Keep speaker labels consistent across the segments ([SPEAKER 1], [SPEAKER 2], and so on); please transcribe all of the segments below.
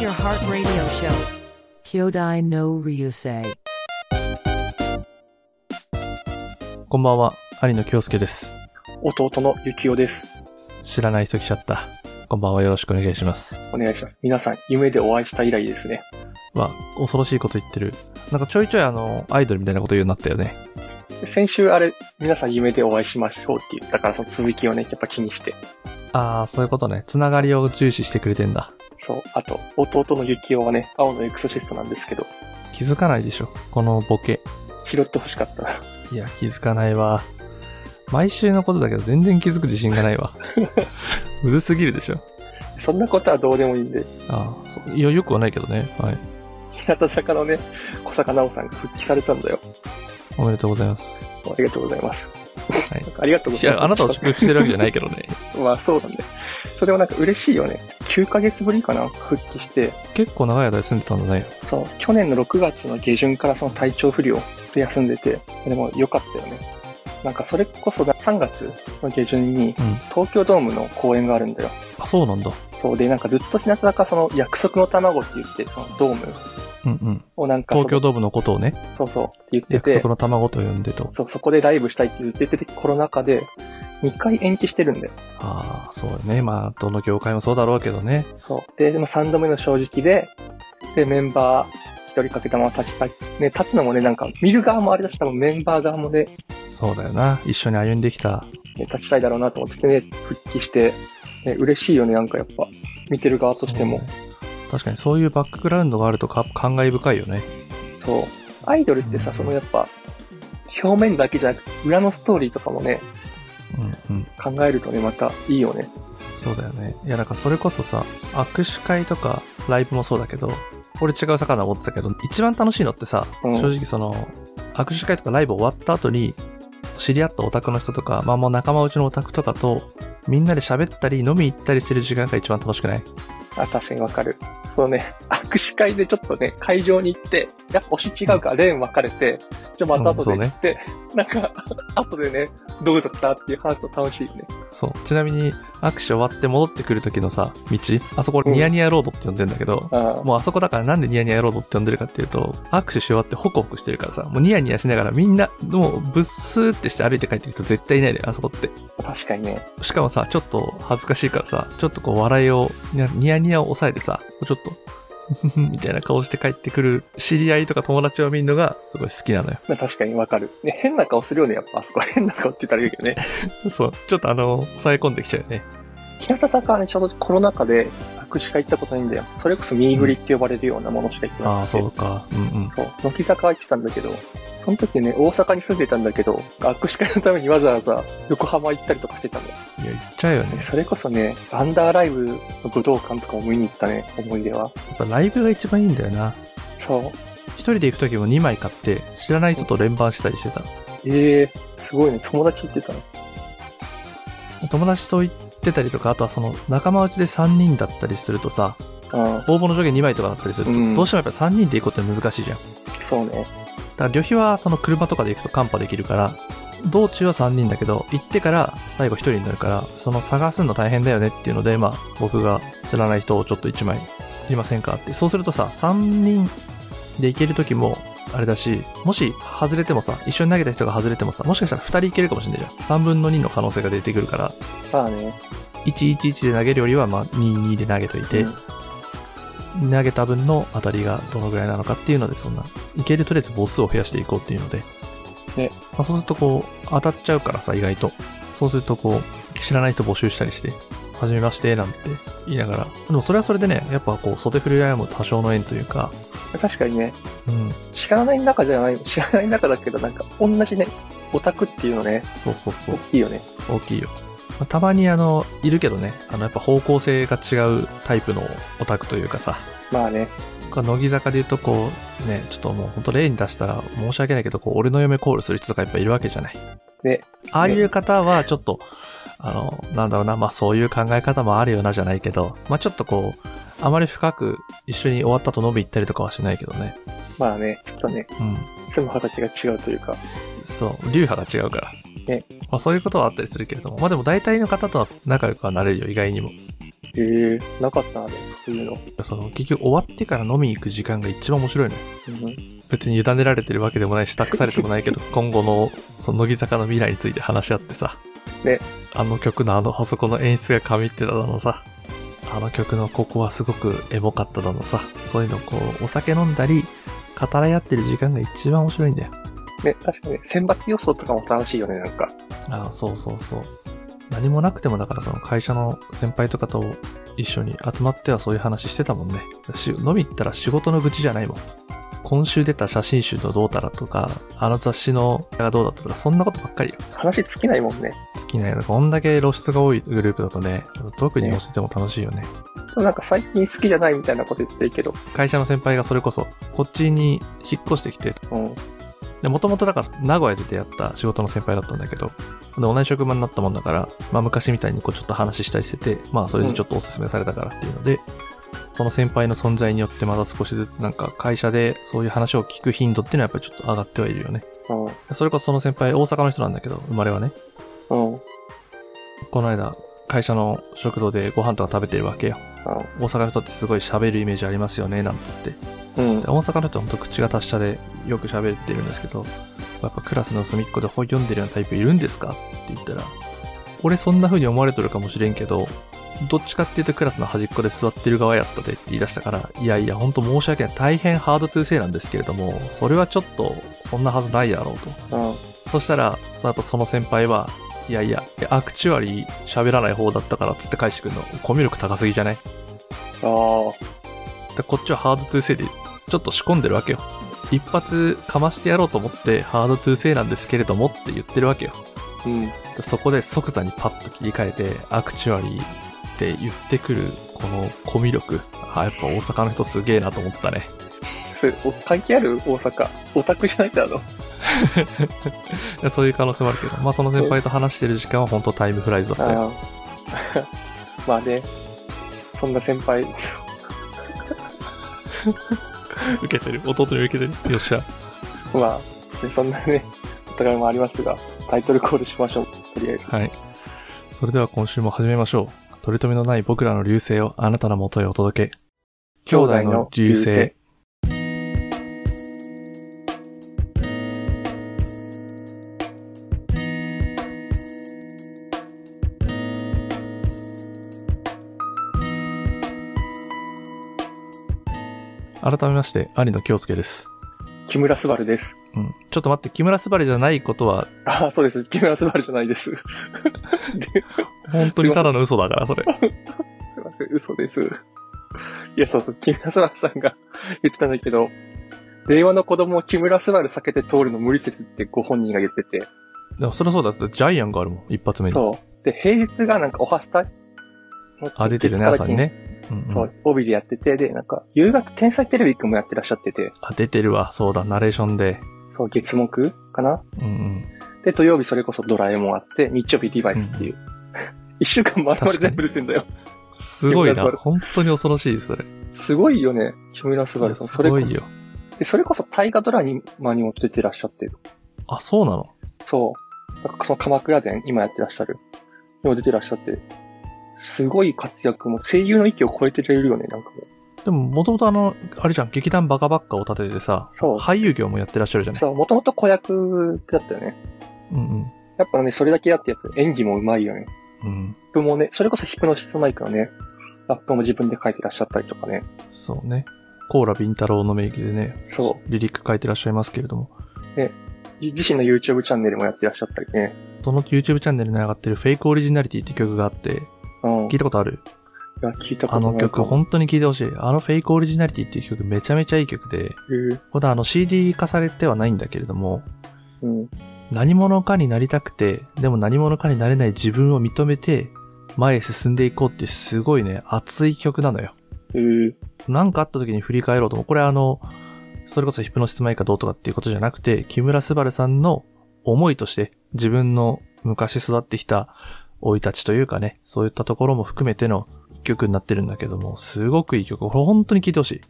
[SPEAKER 1] your heart radio show.
[SPEAKER 2] Kyodai no Ryusei.
[SPEAKER 3] こんばんは、兄の京介です。
[SPEAKER 4] 弟のゆきおです。
[SPEAKER 3] 知らない人来ちゃった。こんばんは、よろしくお願いします。
[SPEAKER 4] お願いします。皆さん、夢でお会いした以来ですね。
[SPEAKER 3] わ、恐ろしいこと言ってる。なんかちょいちょいあの、アイドルみたいなこと言うようになったよね。
[SPEAKER 4] 先週あれ、皆さん夢でお会いしましょうって言ったから、その続きをね、やっぱ気にして。
[SPEAKER 3] あー、そういうことね。つながりを重視してくれてんだ。
[SPEAKER 4] そう。あと、弟のゆきおはね、青のエクソシストなんですけど、
[SPEAKER 3] 気づかないでしょ。このボケ。
[SPEAKER 4] 拾ってほしかったな。
[SPEAKER 3] いや、気づかないわ。毎週のことだけど全然気づく自信がないわ。むずすぎるでしょ。
[SPEAKER 4] そんなことはどうでもいいんで、
[SPEAKER 3] あーそういや、よくはないけどね。はい。
[SPEAKER 4] 日向坂のね、小坂奈緒さんが復帰されたんだよ。
[SPEAKER 3] おめでとうございます。
[SPEAKER 4] ありがとうございま
[SPEAKER 3] い
[SPEAKER 4] す。ありがとうご
[SPEAKER 3] い
[SPEAKER 4] ざいます。
[SPEAKER 3] や、あなたを祝福してるわけじゃないけどね。
[SPEAKER 4] まあそうなんで。それはなんか嬉しいよね。9ヶ月ぶりかな、復帰して。
[SPEAKER 3] 結構長い間休んでたんだね。
[SPEAKER 4] そう、去年の6月の下旬からその体調不良で休んでて、でも良かったよね。なんかそれこそが3月の下旬に
[SPEAKER 3] うん。
[SPEAKER 4] 東京ドームの公演があるんだよ。
[SPEAKER 3] あ、そうなんだ。
[SPEAKER 4] そうで、なんかずっと日向坂その約束の卵って言って、そのドーム
[SPEAKER 3] うんうん。
[SPEAKER 4] をなんかその
[SPEAKER 3] 東京ドームのことをね。
[SPEAKER 4] そうそうって言って
[SPEAKER 3] 約
[SPEAKER 4] て
[SPEAKER 3] 束、の卵と呼んでと。
[SPEAKER 4] そう、そこでライブしたいって言ってて、コロナ禍で2回延期してるんだよ。
[SPEAKER 3] ああ、そうよね。まあ、どの業界もそうだろうけどね。
[SPEAKER 4] そう。で、でも3度目の正直で、で、メンバー一人かけたまま立ちたい。ね、立つのもね、なんか見る側もあれだし、多分メンバー側もね、
[SPEAKER 3] そうだよな。一緒に歩んできた。
[SPEAKER 4] ね立ちたいだろうなと思ってね、復帰して、ね、嬉しいよね、なんかやっぱ、見てる側としても
[SPEAKER 3] そう。ね。確かにそういうバックグラウンドがあるとか感慨深いよね。
[SPEAKER 4] そう。アイドルってさ、そのやっぱ、表面だけじゃなく、裏のストーリーとかもね、
[SPEAKER 3] うんうん。
[SPEAKER 4] 考えるとね、またいいよね。
[SPEAKER 3] そうだよね。いや、なんかそれこそさ、握手会とかライブもそうだけど、俺違う魚思ってたけど、一番楽しいのってさ、
[SPEAKER 4] うん
[SPEAKER 3] 正直その、握手会とかライブ終わった後に、知り合ったオタクの人とか、まあもう仲間うちのオタクとかと、みんなで喋ったり飲み行ったりしてる時間が一番楽しくない
[SPEAKER 4] あ、確かにわかる。そうね、 握手会でちょっとね、会場に行って、やっぱ推し違うからレーン分かれて、じゃあまた後で行って、なんか、 後でね、どうだったっていう話と楽しいよね。
[SPEAKER 3] そう。ちなみに、握手終わって戻ってくる時のさ、道、あそこニヤニヤロードって呼んでんだけど、
[SPEAKER 4] ああ、
[SPEAKER 3] もうあそこだからなんでニヤニヤロードって呼んでるかっていうと、握手し終わってホクホクしてるからさ、もうニヤニヤしながらみんな、もうブッスーってして歩いて帰ってく人絶対いないで、あそこって。
[SPEAKER 4] 確かにね。
[SPEAKER 3] しかもさ、ちょっと恥ずかしいからさ、ちょっとこう笑いを、ニヤニヤニヤを抑えてさ、ちょっと、ふふんみたいな顔して帰ってくる知り合いとか友達を見るのがすごい好きなのよ。
[SPEAKER 4] まあ確かにわかる。ね、変な顔するよね、やっぱ、あそこは変な顔って言ったらいいけどね。
[SPEAKER 3] そう。ちょっとあの、抑え込んできちゃうよね。
[SPEAKER 4] 日向坂はね、ちょうどコロナ禍で握手会行ったことないんだよ。それこそミーグリって呼ばれるようなものしか行ってなくて。
[SPEAKER 3] ああ、そうか。うんうん。
[SPEAKER 4] そう。乃木坂行ってたんだけど、その時ね、大阪に住んでたんだけど、握手会のためにわざわざ横浜行ったりとかしてたんだよ。
[SPEAKER 3] いや、言っちゃうよね
[SPEAKER 4] で。それこそね、アンダーライブの武道館とかも見に行ったね、思い出は。
[SPEAKER 3] やっぱライブが一番いいんだよな。
[SPEAKER 4] そう。
[SPEAKER 3] 一人で行く時も2枚買って、知らない人と連番したりしてた。
[SPEAKER 4] ええすごいね、友達行ってたの。
[SPEAKER 3] 友達と行ってたりとか、あとはその仲間内で3人だったりするとさ、
[SPEAKER 4] うん、
[SPEAKER 3] 応募の上限2枚とかだったりすると、
[SPEAKER 4] うん
[SPEAKER 3] どうしてもやっぱ3人で行くことって難しいじゃん。
[SPEAKER 4] そうね。
[SPEAKER 3] だから旅費はその車とかで行くとカンパできるから、道中は3人だけど、行ってから最後1人になるから、その探すの大変だよねっていうので、まあ僕が知らない人をちょっと1枚いりませんかって。そうするとさ、3人で行ける時も、あれだし、もし外れてもさ、一緒に投げた人が外れてもさ、もしかしたら2人行けるかもしれないじゃん。3分の2の可能性が出てくるから、
[SPEAKER 4] まあね。
[SPEAKER 3] 111で投げるよりは、まあ22で投げといて
[SPEAKER 4] うん、
[SPEAKER 3] 投げた分の当たりがどのぐらいなのかっていうのでそんないけるとりあえず母数を増やしていこうっていうので、
[SPEAKER 4] ね
[SPEAKER 3] まあ、そうするとこう当たっちゃうからさ意外とそうするとこう知らない人募集したりして「はじめまして」なんて言いながらでもそれはそれでねやっぱこう袖振り合いも多少の縁というか
[SPEAKER 4] 確かにね、
[SPEAKER 3] うん
[SPEAKER 4] 知らない中じゃない、知らない中だけど、なんか、同じね、オタクっていうのね、
[SPEAKER 3] そうそうそ
[SPEAKER 4] 大
[SPEAKER 3] う
[SPEAKER 4] きいよね。
[SPEAKER 3] 大きいよ、まあたまにあのいるけどねあのやっぱ方向性が違うタイプのオタクというかさ
[SPEAKER 4] まあね。
[SPEAKER 3] こう乃木坂で言うとこうねちょっともうほんと例に出したら申し訳ないけどこう俺の嫁コールする人とかやっぱいるわけじゃない
[SPEAKER 4] ね、
[SPEAKER 3] ああいう方はちょっと、あの、なんだろうな、まあそういう考え方もあるよなじゃないけど、まあちょっとこう、あまり深く一緒に終わったと飲み行ったりとかはしないけどね。
[SPEAKER 4] まあね、ちょっとね、
[SPEAKER 3] うん。
[SPEAKER 4] 住む形が違うというか、
[SPEAKER 3] そう、流派が違うから。
[SPEAKER 4] ね
[SPEAKER 3] まあそういうことはあったりするけれども、まあでも大体の方とは仲良くはなれるよ、意外にも。
[SPEAKER 4] へえなかったな、ね、そういうの。
[SPEAKER 3] その結局終わってから飲みに行く時間が一番面白いのよ
[SPEAKER 4] うん
[SPEAKER 3] 別に委ねられてるわけでもないし託されてもないけど今後のその乃木坂の未来について話し合ってさ、
[SPEAKER 4] ね、
[SPEAKER 3] あの曲のあのあそこの演出が神ってただのさあの曲のここはすごくエモかっただのさそういうのをこうお酒飲んだり語らい合ってる時間が一番面白いんだよ
[SPEAKER 4] ね、確かに、選抜予想とかも楽しいよね、なんか。
[SPEAKER 3] あそうそうそう何もなくてもだからその会社の先輩とかと一緒に集まってはそういう話してたもんねし飲み行ったら仕事の愚痴じゃないもん今週出た写真集のどうたらとかあの雑誌のがどうだったとかそんなことばっかりよ
[SPEAKER 4] 話尽きないもんね。
[SPEAKER 3] 好きなよこんだけ露出が多いグループだとね特に寄せても楽しいよね
[SPEAKER 4] でもなんか最近好きじゃないみたいなこと言ってるけど。
[SPEAKER 3] 会社の先輩がそれこそこっちに引っ越してきて
[SPEAKER 4] うん。
[SPEAKER 3] で、もともとだから名古屋で出会った仕事の先輩だったんだけど、で、同じ職場になったもんだから、まあ昔みたいにこうちょっと話したりしてて、まあそれでちょっとお勧めされたからっていうので、その先輩の存在によってまた少しずつなんか会社でそういう話を聞く頻度っていうのはやっぱりちょっと上がってはいるよね。
[SPEAKER 4] う
[SPEAKER 3] それこそその先輩大阪の人なんだけど、生まれはね、
[SPEAKER 4] ん。うん。
[SPEAKER 3] この間会社の食堂でご飯とか食べてるわけよ。大阪の人ってすごい喋るイメージありますよね、なんつって。
[SPEAKER 4] うん。
[SPEAKER 3] で大阪の人は本当口が達者でよく喋ってるんですけど、やっぱクラスの隅っこで本読んでるようなタイプいるんですかって言ったら、俺そんな風に思われとるかもしれんけど、どっちかっていうとクラスの端っこで座ってる側やったでって言い出したから、いやいや、ほんと申し訳ない。大変ハードトゥーセイなんですけれども、それはちょっと、そんなはずないやろうと。
[SPEAKER 4] うん。
[SPEAKER 3] そしたら、その後その先輩は、いやいや、アクチュアリー喋らない方だったからっつって返してくるの、コミュ力高すぎじゃない
[SPEAKER 4] ああ。
[SPEAKER 3] でこっちはハードトゥーセイでちょっと仕込んでるわけよ一発かましてやろうと思ってハードトゥーセイなんですけれどもって言ってるわけよ
[SPEAKER 4] うん。
[SPEAKER 3] でそこで即座にパッと切り替えてアクチュアリーって言ってくるこのコミュ力あやっぱ大阪の人すげえなと思ったね
[SPEAKER 4] それ、お関係ある大阪。オタクじゃないんだろ。
[SPEAKER 3] でそういう可能性もあるけど、まあ、その先輩と話してる時間は本当タイムフライズだったよ
[SPEAKER 4] ああ。 まあね。そんな先輩。
[SPEAKER 3] 受けてる弟に受けてるよっしゃ
[SPEAKER 4] まあ、そんなね、お互いもありますが、タイトルコールしましょう。とりあえず。
[SPEAKER 3] はいそれでは今週も始めましょう取り留めのない僕らの流星をあなたの元へお届け兄弟の流星改めまして、兄の京介です。
[SPEAKER 4] 木村すばるです。
[SPEAKER 3] うん。ちょっと待って、木村すばりじゃないことは、
[SPEAKER 4] ああ、そうです。木村すばるじゃないです。 で
[SPEAKER 3] 本当にただの嘘だから、それ。
[SPEAKER 4] すいません、嘘です。いや、そうそう、木村すばるさんが 言ってたんだけど、令和の子供を木村すばる避けて通るの無理説ってご本人が言ってて、
[SPEAKER 3] でもそりゃそうだ、だってジャイアンがあるもん、一発目に。
[SPEAKER 4] そう。で、平日がなんかおはスタ
[SPEAKER 3] あ、出てるね、朝に。ね。うん、う
[SPEAKER 4] そ
[SPEAKER 3] ん
[SPEAKER 4] う。、帯でやってて、で、なんか、夕方天才テレビくんもやってらっしゃってて、
[SPEAKER 3] あ、出てるわ、そうだ、ナレーションで。
[SPEAKER 4] そう、月木かな
[SPEAKER 3] うんうん。
[SPEAKER 4] で、土曜日それこそドラえもんあって、日曜日リバイスっていう。 一週間丸々全部出てんだよ。
[SPEAKER 3] すごい
[SPEAKER 4] 木村
[SPEAKER 3] な、
[SPEAKER 4] 昴
[SPEAKER 3] 本当に恐ろしい、それ。
[SPEAKER 4] すごいよね、木村すばるさん。
[SPEAKER 3] す
[SPEAKER 4] それ
[SPEAKER 3] ご
[SPEAKER 4] こ
[SPEAKER 3] いよ。
[SPEAKER 4] でそれこそ大河ドラマにも出てらっしゃってる。
[SPEAKER 3] あ、そうなの
[SPEAKER 4] そう。なんかその鎌倉殿、今やってらっしゃる。にも出てらっしゃって。すごい活躍も、声優の域を超えてれるよね、なんかもう。
[SPEAKER 3] でも、もともとあの、あれじゃん、劇団バカバッカを立ててさ、
[SPEAKER 4] そう。
[SPEAKER 3] 俳優業もやってらっしゃるじゃない
[SPEAKER 4] そう、もともと子役だったよね。
[SPEAKER 3] うん
[SPEAKER 4] やっぱね、それだけやってやっぱ演技も上手いよね。
[SPEAKER 3] うん。うん。
[SPEAKER 4] ラップもね、それこそヒプノシスマイクのね、ラップも自分で書いてらっしゃったりとかね。
[SPEAKER 3] そうね。コーラ・ビンタロウの名義でね、
[SPEAKER 4] そ
[SPEAKER 3] リリック書いてらっしゃいますけれども、
[SPEAKER 4] う。自身の YouTube チャンネルもやってらっしゃったりね。
[SPEAKER 3] その YouTube チャンネルに上がってるフェイクオリジナリティって曲があって、
[SPEAKER 4] うん。
[SPEAKER 3] 聞い
[SPEAKER 4] い
[SPEAKER 3] たことある
[SPEAKER 4] や、聞いたこ
[SPEAKER 3] あ
[SPEAKER 4] とない
[SPEAKER 3] の曲
[SPEAKER 4] ん
[SPEAKER 3] 本当に聴いてほしい。あのフェイクオリジナリティっていう曲めちゃめちゃいい曲で、これあの CD 化されてはないんだけれども、
[SPEAKER 4] うん。
[SPEAKER 3] 何者かになりたくて、でも何者かになれない自分を認めて、前へ進んでいこうっていうすごいね、熱い曲なのよ。
[SPEAKER 4] えー、
[SPEAKER 3] なんかあった時に振り返ろうと思う。これあの、それこそヒプノシスマイかどうとかっていうことじゃなくて、木村昴さんの思いとして、自分の昔育ってきた生い立ちというかね、そういったところも含めての曲になってるんだけども、すごくいい曲。これ本当に聴いてほしい。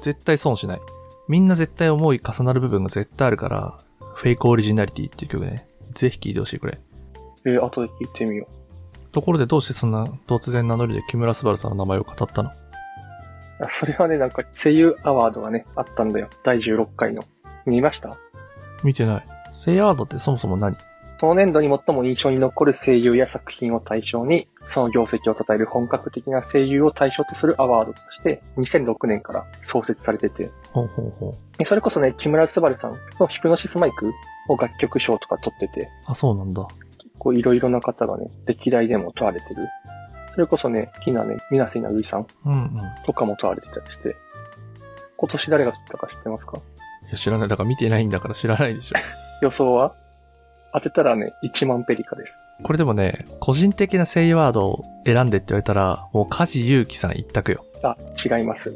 [SPEAKER 3] 絶対損しない。みんな絶対思い重なる部分が絶対あるから、フェイクオリジナリティっていう曲ね。ぜひ聴いてほしい、これ。
[SPEAKER 4] えー、後で聞いてみよ
[SPEAKER 3] ところでどうしてそんな突然名乗りで木村昴さんの名前を語ったの
[SPEAKER 4] あそれはね、なんか声優アワードがね、あったんだよ。第16回の。見ました
[SPEAKER 3] 見てない。セイアードってそもそも何
[SPEAKER 4] その年度に最も印象に残る声優や作品を対象に、その業績を称える本格的な声優を対象とするアワードとして、2006年から創設されてて、
[SPEAKER 3] ほうほうほう。
[SPEAKER 4] でそれこそね、木村昴さんのヒプノシスマイクを楽曲賞とか取ってて、
[SPEAKER 3] あ、そうなんだ。
[SPEAKER 4] こういろいろな方がね、歴代でも問われてる。それこそね、好きなね、水瀬稲ぐさん
[SPEAKER 3] うんうん。い
[SPEAKER 4] とかも問われてたりして、今年誰が取ったか知ってますか
[SPEAKER 3] や、知らない。だから見てないんだから知らないでしょ。
[SPEAKER 4] 予想は当てたらね、1万ペリカです。
[SPEAKER 3] これでもね、個人的な声優ワードを選んでって言われたら、もう梶裕貴さん一択よ。
[SPEAKER 4] あ、違います。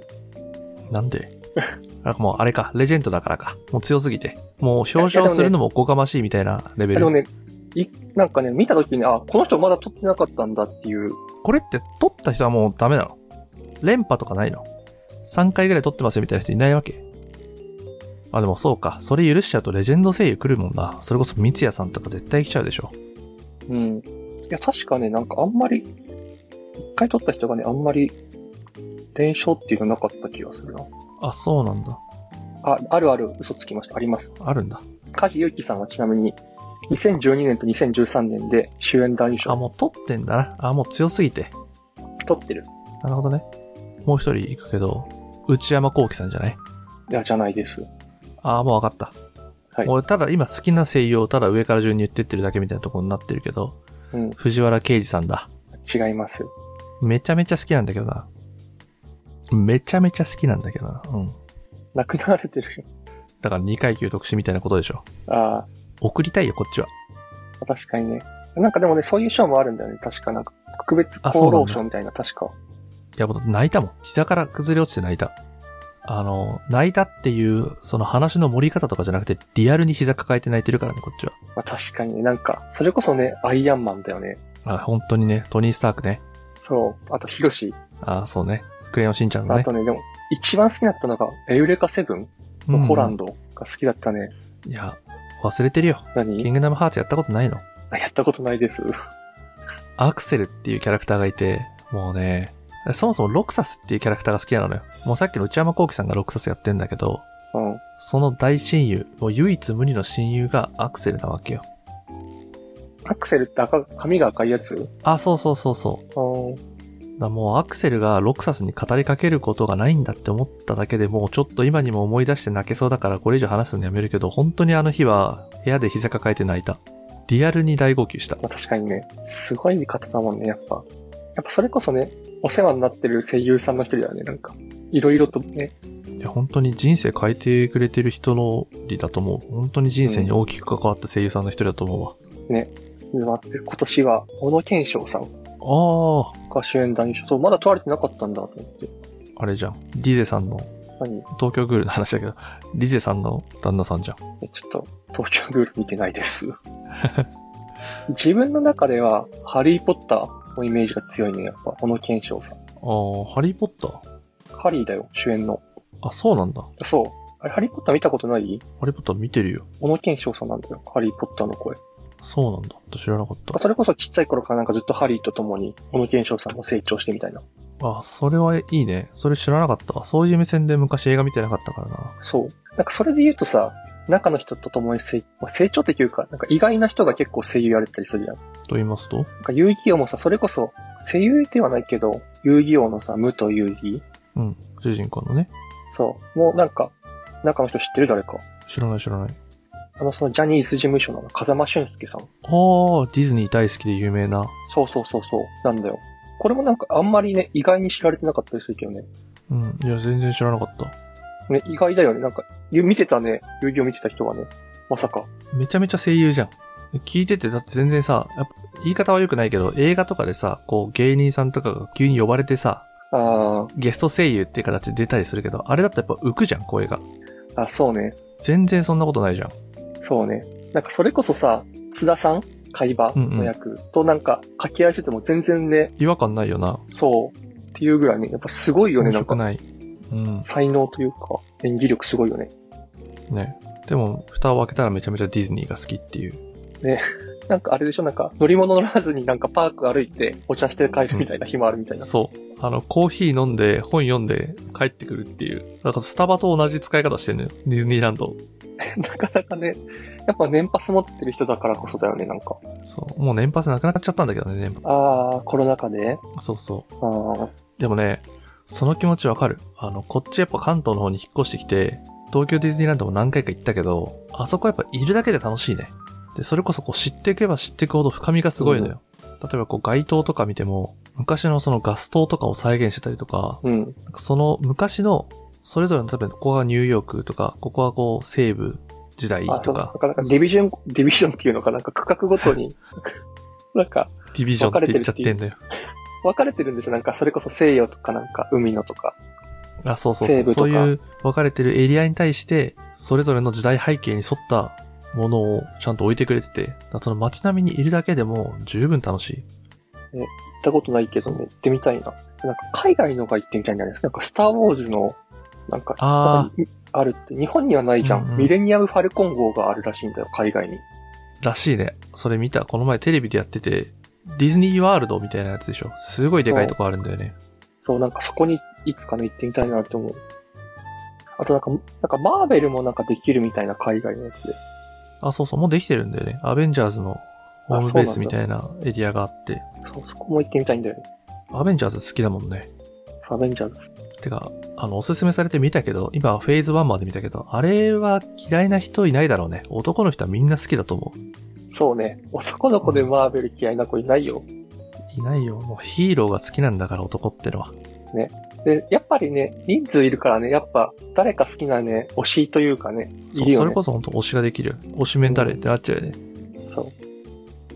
[SPEAKER 3] なんで あもうあれか、レジェンドだからか。もう強すぎて。もう表彰するのもおこがましいみたいなレベ
[SPEAKER 4] でも
[SPEAKER 3] ル。
[SPEAKER 4] ね、いなんかね、見たときに、あ、この人まだ撮ってなかったんだっていう、
[SPEAKER 3] これって取った人はもうダメなの連覇とかないの ?3 回ぐらい取ってますよみたいな人いないわけあ、でもそうか。それ許しちゃうとレジェンド声優来るもんな。それこそ三ツ矢さんとか絶対来ちゃうでしょ。
[SPEAKER 4] うん。いや、確かね、なんかあんまり、一回撮った人がね、あんまり、伝承っていうのなかった気がするな。
[SPEAKER 3] あ、そうなんだ。
[SPEAKER 4] あ、あるある、嘘つきました。あります。
[SPEAKER 3] あるんだ。
[SPEAKER 4] 梶裕貴さんはちなみに、2012年と2013年で主演男優
[SPEAKER 3] あ、
[SPEAKER 4] 賞
[SPEAKER 3] もう取ってんだな。あ、もう強すぎて。
[SPEAKER 4] 撮ってる。
[SPEAKER 3] なるほどね。もう一人行くけど、内山幸輝さんじゃない
[SPEAKER 4] いや、じゃないです。
[SPEAKER 3] ああ、もう分かった。
[SPEAKER 4] はい
[SPEAKER 3] 俺、ただ今好きな声優をただ上から順に言ってってるだけみたいなところになってるけど、
[SPEAKER 4] うん、
[SPEAKER 3] 藤原啓治さんだ。
[SPEAKER 4] 違います。
[SPEAKER 3] めちゃめちゃ好きなんだけどな。めちゃめちゃ好きなんだけどな。うん。
[SPEAKER 4] 亡くなられてる。
[SPEAKER 3] だから2階級特集みたいなことでしょ。
[SPEAKER 4] あ
[SPEAKER 3] 送りたいよ、こっちは。
[SPEAKER 4] あ、確かにね。なんかでもね、そういう賞もあるんだよね。確かなんか、特別
[SPEAKER 3] あそうな
[SPEAKER 4] 功
[SPEAKER 3] んだ
[SPEAKER 4] 労賞みたいな、確か。
[SPEAKER 3] いや、もう泣いたもん。膝から崩れ落ちて泣いた。あの、泣いたっていう、その話の盛り方とかじゃなくて、リアルに膝抱えて泣いてるからね、こっちは。
[SPEAKER 4] まあ確かにね、なんか、それこそね、アイアンマンだよね。
[SPEAKER 3] あ、本当にね、トニー・スタークね。
[SPEAKER 4] そう。あと、ヒロシ。
[SPEAKER 3] あ、そうね。クレヨンしんちゃんの
[SPEAKER 4] あ
[SPEAKER 3] ね
[SPEAKER 4] と。ね、でも、一番好きだったのが、エウレカセブン
[SPEAKER 3] うん
[SPEAKER 4] のホランドが好きだったね。
[SPEAKER 3] いや、忘れてるよ。キ
[SPEAKER 4] 何
[SPEAKER 3] ングダムハーツやったことないの
[SPEAKER 4] あやったことないです。
[SPEAKER 3] アクセルっていうキャラクターがいて、もうね、そもそもロクサスっていうキャラクターが好きなのよ。もうさっきの内山幸輝さんがロクサスやってんだけど、
[SPEAKER 4] うん。
[SPEAKER 3] その大親友、もう唯一無二の親友がアクセルなわけよ。
[SPEAKER 4] アクセルって赤、髪が赤いやつうん。
[SPEAKER 3] あ、そうそうそうそう。だからもうアクセルがロクサスに語りかけることがないんだって思っただけでもうちょっと今にも思い出して泣けそうだからこれ以上話すのやめるけど、本当にあの日は部屋で膝抱えて泣いた。リアルに大号泣した。
[SPEAKER 4] まあ確かにね、すごい方だもんね、やっぱ。やっぱそれこそね、お世話になってる声優さんの一人だよね、なんか。いろいろとね、
[SPEAKER 3] いや、本当に人生変えてくれてる人のりだと思う。本当に人生に大きく関わった声優さんの一人だと思うわ。
[SPEAKER 4] 今年は、小野賢章さん
[SPEAKER 3] あ
[SPEAKER 4] が主演男優賞。そう、まだ問われてなかったんだと思って。
[SPEAKER 3] あ、あれじゃん。リゼさんの、
[SPEAKER 4] 何
[SPEAKER 3] 東京グールの話だけど、リゼさんの旦那さんじゃん。
[SPEAKER 4] えちょっと、東京グール見てないです。自分の中では、ハリー・ポッターのイメージが強いね、やっぱ、小野賢章さん。
[SPEAKER 3] ああ、ハリーポッター。
[SPEAKER 4] ハリーだよ、主演の。
[SPEAKER 3] あ、そうなんだ。ハ
[SPEAKER 4] そう。あれ、ハリー・ポッター見たことない
[SPEAKER 3] リーポッター見てるよ。
[SPEAKER 4] 小野賢章さんなんだよ、ハリー・ポッターの声。
[SPEAKER 3] そうなんだ。知らなかった。
[SPEAKER 4] それこそちっちゃい頃からなんかずっとハリーと共に、小野賢章さんも成長してみたいな。
[SPEAKER 3] あ、それはいいね。それ知らなかったわ。そういう目線で昔映画見てなかったからな。
[SPEAKER 4] そう。なんかそれで言うとさ、中の人と共に成まあ成長っていうか、なんか意外な人が結構声優やれてたりするじゃん。
[SPEAKER 3] と言いますと
[SPEAKER 4] なんか遊戯王もさ、それこそ声優ではないけど、遊戯王のさ、武と遊戯
[SPEAKER 3] うん。主人公のね。
[SPEAKER 4] そう。もうなんか、中の人知ってる誰か。
[SPEAKER 3] 知らない知らない。
[SPEAKER 4] あの、そのジャニーズ事務所の風間俊介さん。
[SPEAKER 3] ああ、ディズニー大好きで有名な。
[SPEAKER 4] そうそうそうそう。なんだよ。これもなんかあんまりね、意外に知られてなかったりするけどね。
[SPEAKER 3] うん。いや、全然知らなかった。
[SPEAKER 4] ね、意外だよね。なんか、ゆ見てたね、遊戯を見てた人がね、まさか。
[SPEAKER 3] めちゃめちゃ声優じゃん。聞いてて、だって全然さ、やっぱ言い方は良くないけど、映画とかでさ、こう芸人さんとかが急に呼ばれてさ、
[SPEAKER 4] あ
[SPEAKER 3] ゲスト声優っていう形で出たりするけど、あれだとやっぱ浮くじゃん、声が。
[SPEAKER 4] あ、あ、そうね。
[SPEAKER 3] 全然そんなことないじゃん。
[SPEAKER 4] そうね。なんかそれこそさ、津田さん海馬の役となんか掛け合いしてても全然ね、
[SPEAKER 3] 違和感ないよな。
[SPEAKER 4] そう、っていうぐらいね、やっぱすごいよね、な
[SPEAKER 3] 遜
[SPEAKER 4] ん
[SPEAKER 3] 色
[SPEAKER 4] か。
[SPEAKER 3] ない。うん。
[SPEAKER 4] 才能というか、演技力すごいよね。
[SPEAKER 3] ね。でも、蓋を開けたらめちゃめちゃディズニーが好きっていう。
[SPEAKER 4] ね。なんかあれでしょなんか乗り物乗らずになんかパーク歩いてお茶して帰るみたいな日もあるみたいな。
[SPEAKER 3] そう。あの、コーヒー飲んで、本読んで、帰ってくるっていう。なんかスタバと同じ使い方してるのよ。ディズニーランド。
[SPEAKER 4] なかなかね、やっぱ年パス持ってる人だからこそだよね、なんか。
[SPEAKER 3] そう。もう年パスなくなっちゃったんだけどね、年
[SPEAKER 4] ああ、コロナ禍で。
[SPEAKER 3] パス。そうそう。
[SPEAKER 4] あー
[SPEAKER 3] でもね、その気持ちわかる。あの、こっちやっぱ関東の方に引っ越してきて、東京ディズニーランドも何回か行ったけど、あそこやっぱいるだけで楽しいね。で、それこそこう知っていけば知っていくほど深みがすごいのよ。例えばこう街灯とか見ても、昔のそのガス灯とかを再現してたりとか、
[SPEAKER 4] うん。
[SPEAKER 3] なんかその昔の、それぞれの、例えばここがニューヨークとか、ここはこう西部時代
[SPEAKER 4] あ
[SPEAKER 3] と
[SPEAKER 4] そうな
[SPEAKER 3] か、
[SPEAKER 4] かなかディビジョン、ディビジョンっていうのかなんか区画ごとに、 なんか
[SPEAKER 3] ディビジョンって言っちゃってんだよ。
[SPEAKER 4] 分かれてるんでしょなんかそれこそ西洋とかなんか海のとか。
[SPEAKER 3] あ、そうそうそ
[SPEAKER 4] 西
[SPEAKER 3] う。
[SPEAKER 4] 部と
[SPEAKER 3] そ
[SPEAKER 4] か
[SPEAKER 3] ういう分かれてるエリアに対して、それぞれの時代背景に沿ったものをちゃんと置いてくれてて、だからその街並みにいるだけでも十分楽しい。
[SPEAKER 4] 行ったことないけどね、行ってみたいな。なんか海外のが行ってみたいんじゃないですか。なんかスター・ウォーズの、なんか、
[SPEAKER 3] あ
[SPEAKER 4] あるって、日本にはないじゃん,、
[SPEAKER 3] うんうん
[SPEAKER 4] ミレニアム・ファルコン号があるらしいんだよ、海外に。
[SPEAKER 3] らしいね。それ見た。この前テレビでやってて、ディズニーワールドみたいなやつでしょ。すごいでかいとこあるんだよね。
[SPEAKER 4] そう、なんかそこにいつかね、行ってみたいなって思う。あとなんか、なんかマーベルもなんかできるみたいな海外のやつで。
[SPEAKER 3] あ、そうそう。もうできてるんだよね。アベンジャーズのホームベースみたいなエリアがあって。
[SPEAKER 4] そう、そこも行ってみたいんだよね。
[SPEAKER 3] アベンジャーズ好きだもんね。
[SPEAKER 4] サベンジャーズ。
[SPEAKER 3] てか、あの、おすすめされて見たけど、今フェーズ1まで見たけど、あれは嫌いな人いないだろうね。男の人はみんな好きだと思う。
[SPEAKER 4] そうね。男の子でマーベル嫌いな子いないよ。
[SPEAKER 3] いないよ。もうヒーローが好きなんだから男ってのは。
[SPEAKER 4] で、やっぱりね、人数いるからね、やっぱ誰か好きなね、推しというかね、い
[SPEAKER 3] そう
[SPEAKER 4] るよ
[SPEAKER 3] そ
[SPEAKER 4] ね
[SPEAKER 3] れ。こそ本当推しができるよ。推しメンタルってなっちゃうよね。
[SPEAKER 4] そう。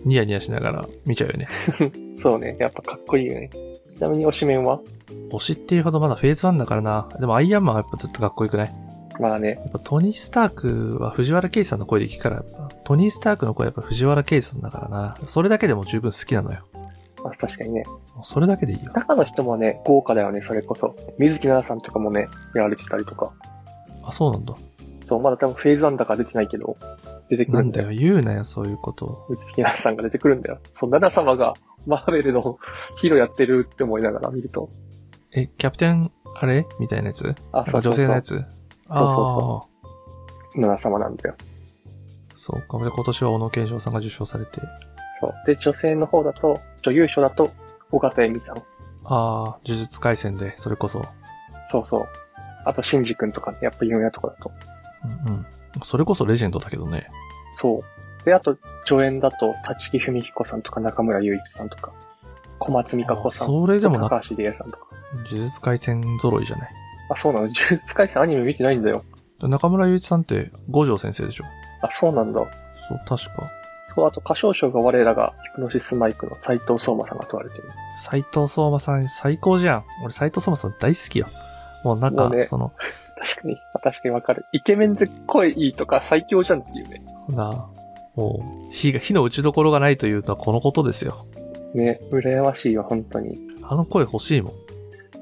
[SPEAKER 3] ニヤニヤしながら見ちゃうよね。
[SPEAKER 4] そうね。やっぱかっこいいよね。ちなみに推しメンは
[SPEAKER 3] 推しっていうほどまだフェーズ1だからな。でもアイアンマンはやっぱずっとかっこよくないや
[SPEAKER 4] まあね。
[SPEAKER 3] っぱトニー・スタークは藤原圭司さんの声で聞くから、やっぱトニー・スタークの声はやっぱ藤原圭司さんだからな。それだけでも十分好きなのよ。
[SPEAKER 4] まあ確かにね。
[SPEAKER 3] もうそれだけでいいよ。
[SPEAKER 4] 中の人もね、豪華だよね、それこそ。水木奈々さんとかもね、やられてたりとか。
[SPEAKER 3] あ、そうなんだ。
[SPEAKER 4] そう、まだ多分フェーズ1だから出てないけど、出てく
[SPEAKER 3] な
[SPEAKER 4] る
[SPEAKER 3] ん
[SPEAKER 4] んだ
[SPEAKER 3] だ
[SPEAKER 4] よ。
[SPEAKER 3] よ、言うなよ、そういうこと。
[SPEAKER 4] 水木奈々さんが出てくるんだよ。そう、奈々様がマーベルの ヒーローやってるって思いながら見ると。
[SPEAKER 3] え、キャプテン、あれみたいなやつなん
[SPEAKER 4] あ、そ
[SPEAKER 3] か
[SPEAKER 4] うそ
[SPEAKER 3] 女
[SPEAKER 4] うそう
[SPEAKER 3] 性のや
[SPEAKER 4] 奈
[SPEAKER 3] つそう
[SPEAKER 4] そ々様なんだよ。
[SPEAKER 3] そうか。で、今年は小野賢章さんが受賞されて。
[SPEAKER 4] そう。で、女性の方だと、女優賞だと、尾形恵美さん。
[SPEAKER 3] ああ、呪術廻戦で、それこそ。
[SPEAKER 4] そうそう。あと、シンジ君とかね、やっぱ有名なとこだと。
[SPEAKER 3] うんうん。それこそレジェンドだけどね。
[SPEAKER 4] そう。で、あと、助演だと、立木文彦さんとか、中村雄一さんとか、小松美香子さ
[SPEAKER 3] あ
[SPEAKER 4] ん
[SPEAKER 3] それでもな
[SPEAKER 4] 高橋理恵さんとか。
[SPEAKER 3] 呪術廻戦揃いじゃない。
[SPEAKER 4] あ、そうなの呪 術廻戦アニメ見てないんだよ。
[SPEAKER 3] で中村雄一さんって五条先生でしょ
[SPEAKER 4] あ、そうなんだ。
[SPEAKER 3] そう、確か。
[SPEAKER 4] そう、あと、歌唱賞が我らが、ヒプノシスマイクの斎藤聡馬さんが問われてる。
[SPEAKER 3] 斎藤聡馬さん最高じゃん。俺斎藤聡馬さん大好きよ。もうなん
[SPEAKER 4] も
[SPEAKER 3] か、
[SPEAKER 4] うね
[SPEAKER 3] その、
[SPEAKER 4] 確かに、あ確かにわかる。イケメンで声いいとか最強じゃんっていうね。
[SPEAKER 3] な、もう、火が、火の打ちどころがないというのはこのことですよ。
[SPEAKER 4] ね、羨ましいよ、本当に。
[SPEAKER 3] あの声欲しいも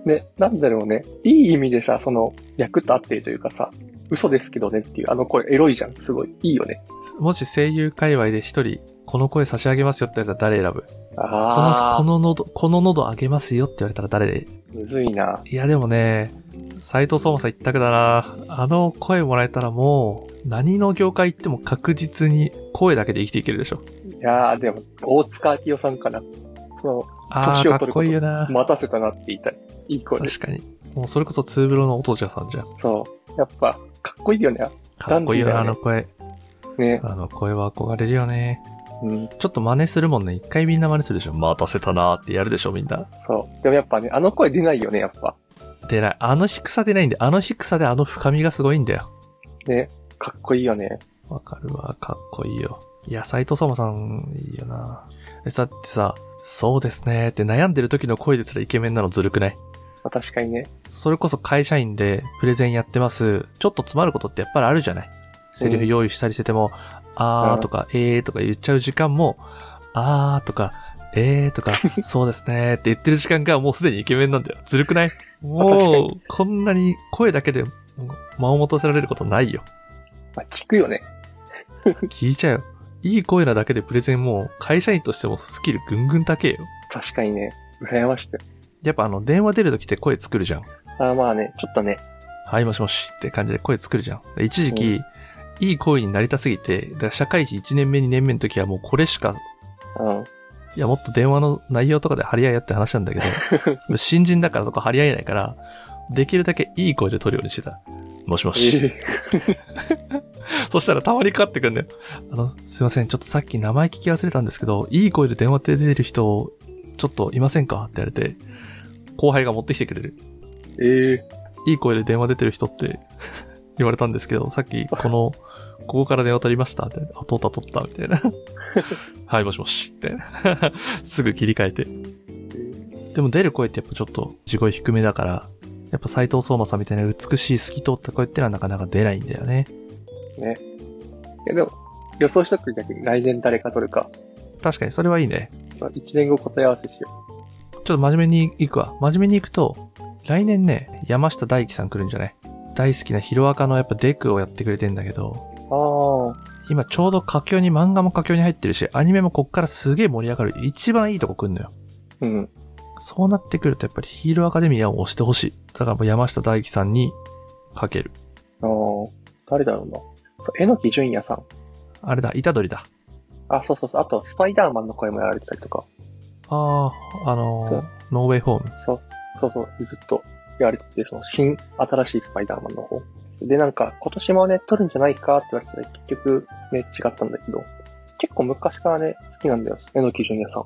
[SPEAKER 3] ん。
[SPEAKER 4] ね、なんだろうね。いい意味でさ、その、役と合ってるというかさ、嘘ですけどねっていう、あの声、エロいじゃん。すごい、いいよね。
[SPEAKER 3] もし声優界隈で一人、この声差し上げますよって言われたら誰選ぶこの、
[SPEAKER 4] あ
[SPEAKER 3] こ
[SPEAKER 4] あ、
[SPEAKER 3] の喉、この喉上げますよって言われたら誰で
[SPEAKER 4] むずいな。
[SPEAKER 3] いやでもね、斎藤聡馬さん一択だな。あの声もらえたらもう、何の業界行っても確実に声だけで生きていけるでしょ。
[SPEAKER 4] いやー、でも、大塚明夫さんかな。そ
[SPEAKER 3] ああ、
[SPEAKER 4] 年
[SPEAKER 3] か
[SPEAKER 4] を
[SPEAKER 3] っ
[SPEAKER 4] 取ること
[SPEAKER 3] こいいよな
[SPEAKER 4] の、。待たせたなって言いたい。いい声で。
[SPEAKER 3] 確かに。もうそれこそツーブロの音じゃさんじゃん。
[SPEAKER 4] そう。やっぱ、かっこいいよね。
[SPEAKER 3] かっこいいよな、
[SPEAKER 4] ダ
[SPEAKER 3] あ
[SPEAKER 4] ンディーだよね
[SPEAKER 3] の声。
[SPEAKER 4] ね。
[SPEAKER 3] あの声は憧れるよね。
[SPEAKER 4] うん。
[SPEAKER 3] ちょっと真似するもんね。一回みんな真似するでしょ。待たせたなーってやるでしょ、みんな。
[SPEAKER 4] そう。でもやっぱね、あの声出ないよね、やっぱ。
[SPEAKER 3] 出ない。あの低さ出ないんで、あの低さであの深みがすごいんだよ。
[SPEAKER 4] ね。かっこいいよね。
[SPEAKER 3] わかるわ、かっこいいよ。いや、斎藤様さん、いいよな。え、だってさ、そうですねって悩んでる時の声ですらイケメンなのずるくない
[SPEAKER 4] まあ、確かにね。
[SPEAKER 3] それこそ会社員でプレゼンやってます。ちょっと詰まることってやっぱりあるじゃないセリフ用意したりしてても、あーとか、えーとか言っちゃう時間も、あーとか、えーとか、そうですねって言ってる時間がもうすでにイケメンなんだよ。ずるくないもう、こんなに声だけでもう間を持たせられることないよ。
[SPEAKER 4] まあ、聞くよね。
[SPEAKER 3] 聞いちゃうよ。いい声なだけでプレゼンもう会社員としてもスキルぐんぐん高えよ。
[SPEAKER 4] 確かにね、羨ましく。
[SPEAKER 3] やっぱあの、電話出るときって声作るじゃん。
[SPEAKER 4] あーまあね、ちょっとね、
[SPEAKER 3] はい、もしもしって感じで声作るじゃん。で一時期、いい声になりたすぎて、だから社会人1年目2年目の時はもうこれしか、
[SPEAKER 4] うん。
[SPEAKER 3] いやもっと電話の内容とかで張り合いやって話なんだけど、新人だからそこ張り合えないから、できるだけいい声で取るようにしてた。もしもし。そしたらたまにかかってくんだよ。あの、すいません、ちょっとさっき名前聞き忘れたんですけど、いい声で電話で出る人、ちょっといませんかって言われて、後輩が持ってきてくれる。
[SPEAKER 4] えー、
[SPEAKER 3] いい声で電話出てる人って 言われたんですけど、さっきこの、ここから電話取りましたみたいな。あ、取った取ったみた いな。はい、もしもし。みたいな。 すぐ切り替えて。でも出る声ってやっぱちょっと地声低めだから、やっぱ斉藤相馬さんみたいな美しい透き通った声ってのはなかなか出ないんだよね。
[SPEAKER 4] いやでも、予想したと逆に来年誰か取るか。
[SPEAKER 3] 確かにそれはいいね。
[SPEAKER 4] まあ一年後答え合わせしよ
[SPEAKER 3] ちょっと真面目に行くわ。真面目に行くと、来年ね、山下大輝さん来るんじゃない大好きなヒロアカのやっぱデクをやってくれてんだけど、
[SPEAKER 4] う。ああ、
[SPEAKER 3] 今ちょうど佳境に漫画も佳境に入ってるし、アニメもこっからすげえ盛り上がる。一番いいとこ来んのよ。
[SPEAKER 4] うん。
[SPEAKER 3] そうなってくるとやっぱりヒーローアカデミアを押してほしい。だからもう山下大輝さんにかける。
[SPEAKER 4] ああ、誰だろうな。そうえのきじゅんやさん。
[SPEAKER 3] あれだ、イタドリだ。
[SPEAKER 4] あ、そうそうそう。あと、スパイダーマンの声もやられてたりとか。
[SPEAKER 3] ああ、あの
[SPEAKER 4] そう
[SPEAKER 3] ー、ノーウェイホーム。
[SPEAKER 4] そう、そうそう。ずっとやられてて、その新、新しいスパイダーマンの方。で、なんか、今年もね、取るんじゃないかって言われてたら、結局、ね、違ったんだけど。結構昔からね、好きなんだよ。えのきじゅんやさん。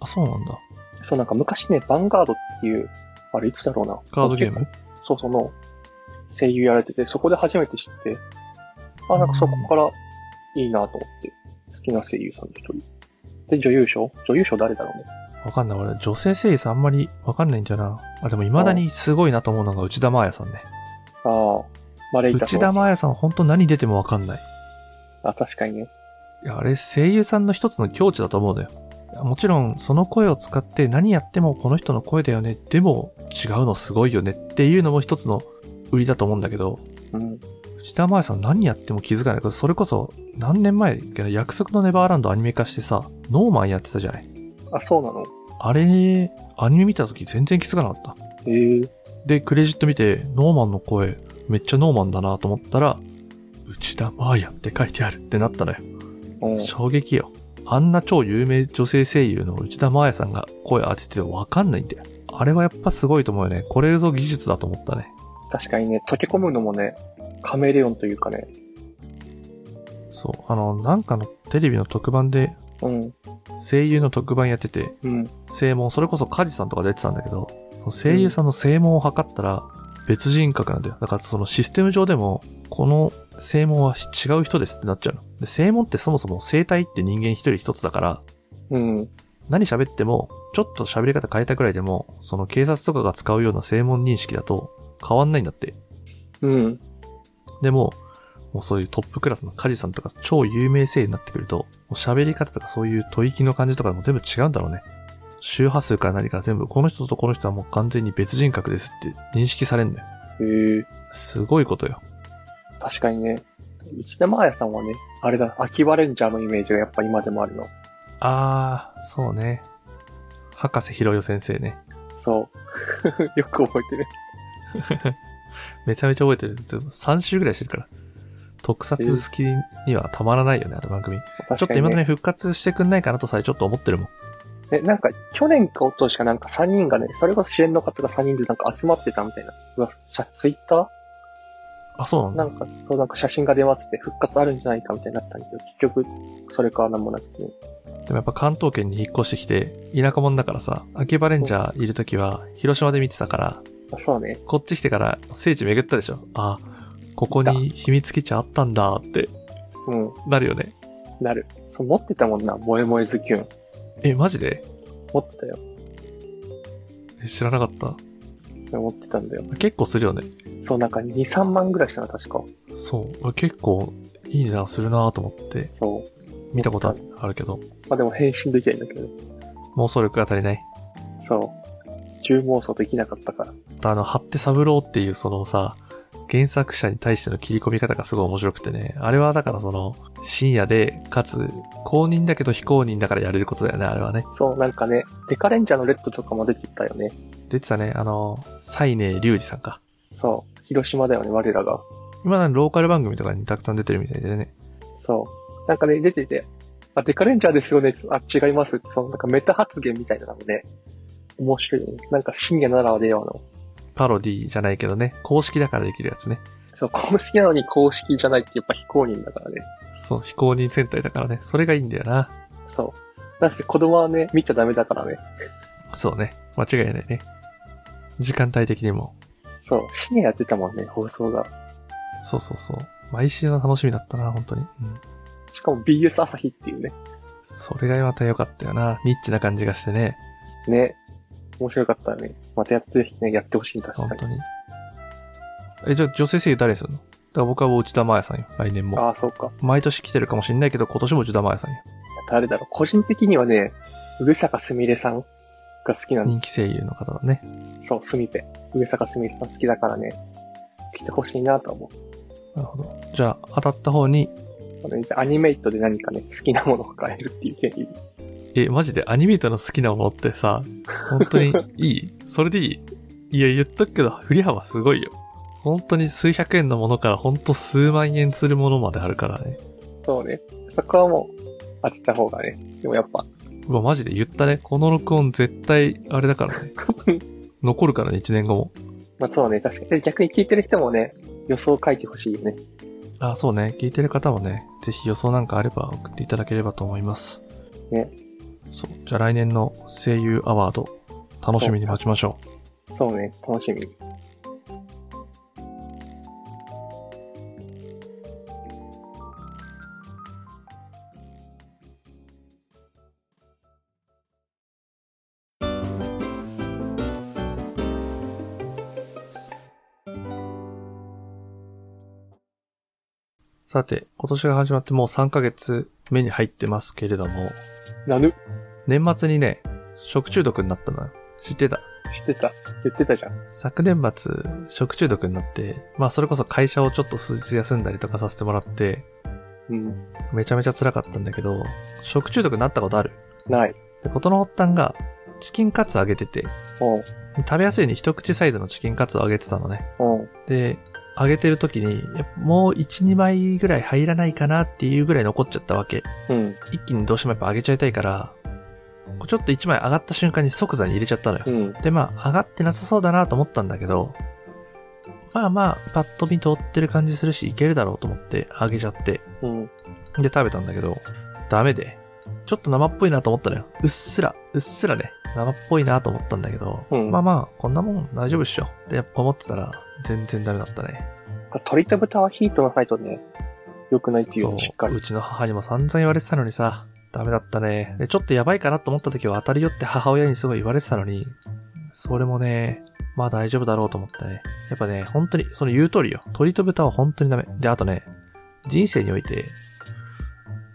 [SPEAKER 3] あ、そうなんだ。
[SPEAKER 4] そう、なんか昔ね、ヴァンガードっていう、あれいつだろうな。
[SPEAKER 3] カードゲーム
[SPEAKER 4] そう、その、声優やられてて、そこで初めて知って、あ、なんかそこからいいなと思って、好きな声優さんの一人。で、女優賞女優賞誰だろうね。
[SPEAKER 3] わかんない。俺、女性声優さんあんまりわかんないんだよな。あ、でも未だにすごいなと思うのが内田真彩さんね。
[SPEAKER 4] ああ、マレイタ
[SPEAKER 3] 内田真彩さん本当何出てもわかんない。
[SPEAKER 4] あ、確かにね。
[SPEAKER 3] いや、あれ声優さんの一つの境地だと思うのよ。いやもちろん、その声を使って何やってもこの人の声だよね。でも、違うのすごいよねっていうのも一つの売りだと思うんだけど、
[SPEAKER 4] うん。
[SPEAKER 3] 内田真彩さん何やっても気づかない。それこそ、何年前だっけな約束のネバーランドアニメ化してさ、ノーマンやってたじゃない。
[SPEAKER 4] あ、そうなの
[SPEAKER 3] あれ、アニメ見た時全然気づかなかった。
[SPEAKER 4] へえ
[SPEAKER 3] で、クレジット見て、ノーマンの声、めっちゃノーマンだなと思ったら、内田真彩って書いてあるってなったのよ。
[SPEAKER 4] うん。
[SPEAKER 3] 衝撃よ。あんな超有名女性声優の内田真彩さんが声当てててわかんないんだよ。あれはやっぱすごいと思うよね。これぞ技術だと思ったね。
[SPEAKER 4] 確かにね、溶け込むのもね、カメレオンというかね。
[SPEAKER 3] そう。あの、なんかのテレビの特番で
[SPEAKER 4] うん。
[SPEAKER 3] 声優の特番やってて、
[SPEAKER 4] うん。
[SPEAKER 3] 声紋、それこそカジさんとか出てたんだけど、その声優さんの声紋を測ったら別人格なんだよ。だからそのシステム上でも、この声紋は違う人ですってなっちゃうの。で、声紋ってそもそも声帯って人間一人一つだから、
[SPEAKER 4] うん。
[SPEAKER 3] 何喋っても、ちょっと喋り方変えたくらいでも、その警察とかが使うような正門認識だと変わんないんだって。
[SPEAKER 4] うん。
[SPEAKER 3] でも、もうそういうトップクラスのカジさんとか超有名声優になってくると、もう喋り方とかそういう吐息の感じとかも全部違うんだろうね。周波数から何から全部、この人とこの人はもう完全に別人格ですって認識されんだよ。
[SPEAKER 4] へえ
[SPEAKER 3] すごいことよ。
[SPEAKER 4] 確かにね。内田真彩さんはね、あれだ、秋葉レンジャーのイメージがやっぱ今でもあるの。
[SPEAKER 3] あー、そうね。博士ひろよ先生ね。
[SPEAKER 4] そう。よ く覚えてる。
[SPEAKER 3] めちゃめちゃ覚えてる。3週ぐらいしてるから。特撮好きにはたまらないよね、あの番組。ちょっ
[SPEAKER 4] 確か
[SPEAKER 3] と今
[SPEAKER 4] に
[SPEAKER 3] ね、
[SPEAKER 4] ね。
[SPEAKER 3] 復活してくんないかなとさえちょっと思ってるもん。
[SPEAKER 4] ねなんか、去年かおとしかなんか3人がね、それこそ主演の方が3人でなんか集まってたみたいな。うわ、しゃツイッタ
[SPEAKER 3] あ、そうなん
[SPEAKER 4] ー
[SPEAKER 3] だ。
[SPEAKER 4] なんか、そうなんか写真が出回ってて復活あるんじゃないかみたいになったんだけど、結局、それからなんもなくてね。
[SPEAKER 3] でもやっぱ関東圏に引っ越してきて、田舎者だからさ、秋葉レンジャーいるときは、広島で見てたから、
[SPEAKER 4] あそうね。
[SPEAKER 3] こっち来てから聖地巡ったでしょ。あ、ここに秘密基地あったんだって
[SPEAKER 4] うん、
[SPEAKER 3] なるよね。
[SPEAKER 4] なる。そう、持ってたもんな、萌え萌えズキュン。
[SPEAKER 3] え、マジで
[SPEAKER 4] 持ってたよ。
[SPEAKER 3] え知らなかった。
[SPEAKER 4] 持ってたんだよ。
[SPEAKER 3] 結構するよね。
[SPEAKER 4] そう、なんか2、3万ぐらいしたな、確か。
[SPEAKER 3] そう。俺結構いい値段するなと思って、
[SPEAKER 4] そう。
[SPEAKER 3] 見たことあるけど、
[SPEAKER 4] まあでも返信できないんだけどね。
[SPEAKER 3] 妄想力が足りない。
[SPEAKER 4] そう。重妄想できなかったから。
[SPEAKER 3] あの、張って三郎っていうそのさ、原作者に対しての切り込み方がすごい面白くてね。あれはだからその、深夜で、かつ、公認だけど非公認だからやれることだよね、あれはね。
[SPEAKER 4] そう、なんかね、デカレンジャーのレッドとかも出てたよね。
[SPEAKER 3] 出てたね、あの、西寧隆二さんか。
[SPEAKER 4] そう、広島だよね、我らが。
[SPEAKER 3] 今なんかローカル番組とかにたくさん出てるみたいでね。
[SPEAKER 4] そう。なんかね、出てて、あ、デカレンジャーですよね。あ、違いますって。そのなんかメタ発言みたいなのもね、面白い、ね。なんか深夜ならではの。
[SPEAKER 3] パロディじゃないけどね、公式だからできるやつね。
[SPEAKER 4] そう、公式なのに公式じゃないってやっぱ非公認だからね。
[SPEAKER 3] そう、非公認戦隊だからね。それがいいんだよな。
[SPEAKER 4] そう。だって子供はね、見ちゃダメだからね。
[SPEAKER 3] そうね。間違いないね。時間帯的にも。
[SPEAKER 4] そう、深夜やってたもんね、放送が。
[SPEAKER 3] そうそうそう。毎週の楽しみだったな、本当に。うん。
[SPEAKER 4] しかも BS 朝日っていうね。
[SPEAKER 3] それがまた良かったよな。ニッチな感じがしてね。
[SPEAKER 4] ね。面白かったね。またやってる人ね、やってほしいんだ、確
[SPEAKER 3] 本
[SPEAKER 4] かに。
[SPEAKER 3] 当に。え、じゃあ女性声優誰にするのだから僕は内田真彩さんよ。来年も。
[SPEAKER 4] ああ、そうか。
[SPEAKER 3] 毎年来てるかもしんないけど、今年も内田真彩さんよ。
[SPEAKER 4] 誰だろう。個人的にはね、上坂すみれさんが好きなんで
[SPEAKER 3] 人気声優の方だね。
[SPEAKER 4] そう、すみぺ。上坂すみれさん好きだからね、来てほしいなとは思う。
[SPEAKER 3] なるほど。じゃあ、当たった方に、
[SPEAKER 4] そのアニメイトで何かね、好きなものを買えるっていう権利。
[SPEAKER 3] え、マジでアニメーターの好きなものってさ、本当にいいそれでいいいや、言っとくけど、振り幅すごいよ。本当に数百円のものから本当数万円するものまであるからね。
[SPEAKER 4] そうね。そこはもう、当てた方がね。でもやっぱ、
[SPEAKER 3] うわ、マジで言ったね。この録音絶対、あれだから ね。残るからね、1年後も。
[SPEAKER 4] まあそうね、確かに。で逆に聞いてる人もね、予想を書いてほしいよね。
[SPEAKER 3] あ、そうね。聞いてる方もね、ぜひ予想なんかあれば送っていただければと思います。
[SPEAKER 4] ね。
[SPEAKER 3] そう。じゃあ来年の声優アワード、楽しみに待ちましょう。
[SPEAKER 4] そうね、楽しみに。
[SPEAKER 3] さて、今年が始まってもう3ヶ月目に入ってますけれども、
[SPEAKER 4] なぬ
[SPEAKER 3] 年末にね、食中毒になったのよ。知ってた。
[SPEAKER 4] 知ってた。言ってたじゃん。
[SPEAKER 3] 昨年末、食中毒になって、まあそれこそ会社をちょっと数日休んだりとかさせてもらって、
[SPEAKER 4] うん。
[SPEAKER 3] めちゃめちゃ辛かったんだけど、食中毒になったことある
[SPEAKER 4] ない。
[SPEAKER 3] で、ことの発端が、チキンカツあげてて、
[SPEAKER 4] おう
[SPEAKER 3] 食べやすいように一口サイズのチキンカツをあげてたのね。
[SPEAKER 4] おう
[SPEAKER 3] で、揚げてる時に、やっぱもう1、2枚ぐらい入らないかなっていうぐらい残っちゃったわけ。
[SPEAKER 4] うん。
[SPEAKER 3] 一気にどうしてもやっぱ揚げちゃいたいから、こうちょっと1枚上がった瞬間に即座に入れちゃったのよ
[SPEAKER 4] う。ん。
[SPEAKER 3] で、まあ、上がってなさそうだなと思ったんだけど、まあまあ、パッと見通ってる感じするし、いけるだろうと思って揚げちゃって、
[SPEAKER 4] うん。
[SPEAKER 3] で食べたんだけど、ダメで、ちょっと生っぽいなと思ったのよ。うっすら、うっすらね、生っぽいなと思ったんだけど、
[SPEAKER 4] うん
[SPEAKER 3] まあまあ、こんなもん大丈夫っしょって思ってたら、全然ダメだったね。
[SPEAKER 4] 鳥と豚はヒートのサイトね、良くないってい
[SPEAKER 3] そう
[SPEAKER 4] う、しっか
[SPEAKER 3] う
[SPEAKER 4] り。
[SPEAKER 3] ちの母にも散々言われてたのにさ、ダメだったね。で、ちょっとやばいかなと思った時は当たるよって母親にすごい言われてたのに、それもね、まあ大丈夫だろうと思ったね。やっぱね、本当に、その言う通りよ。鳥と豚は本当にダメ。で、あとね、人生において、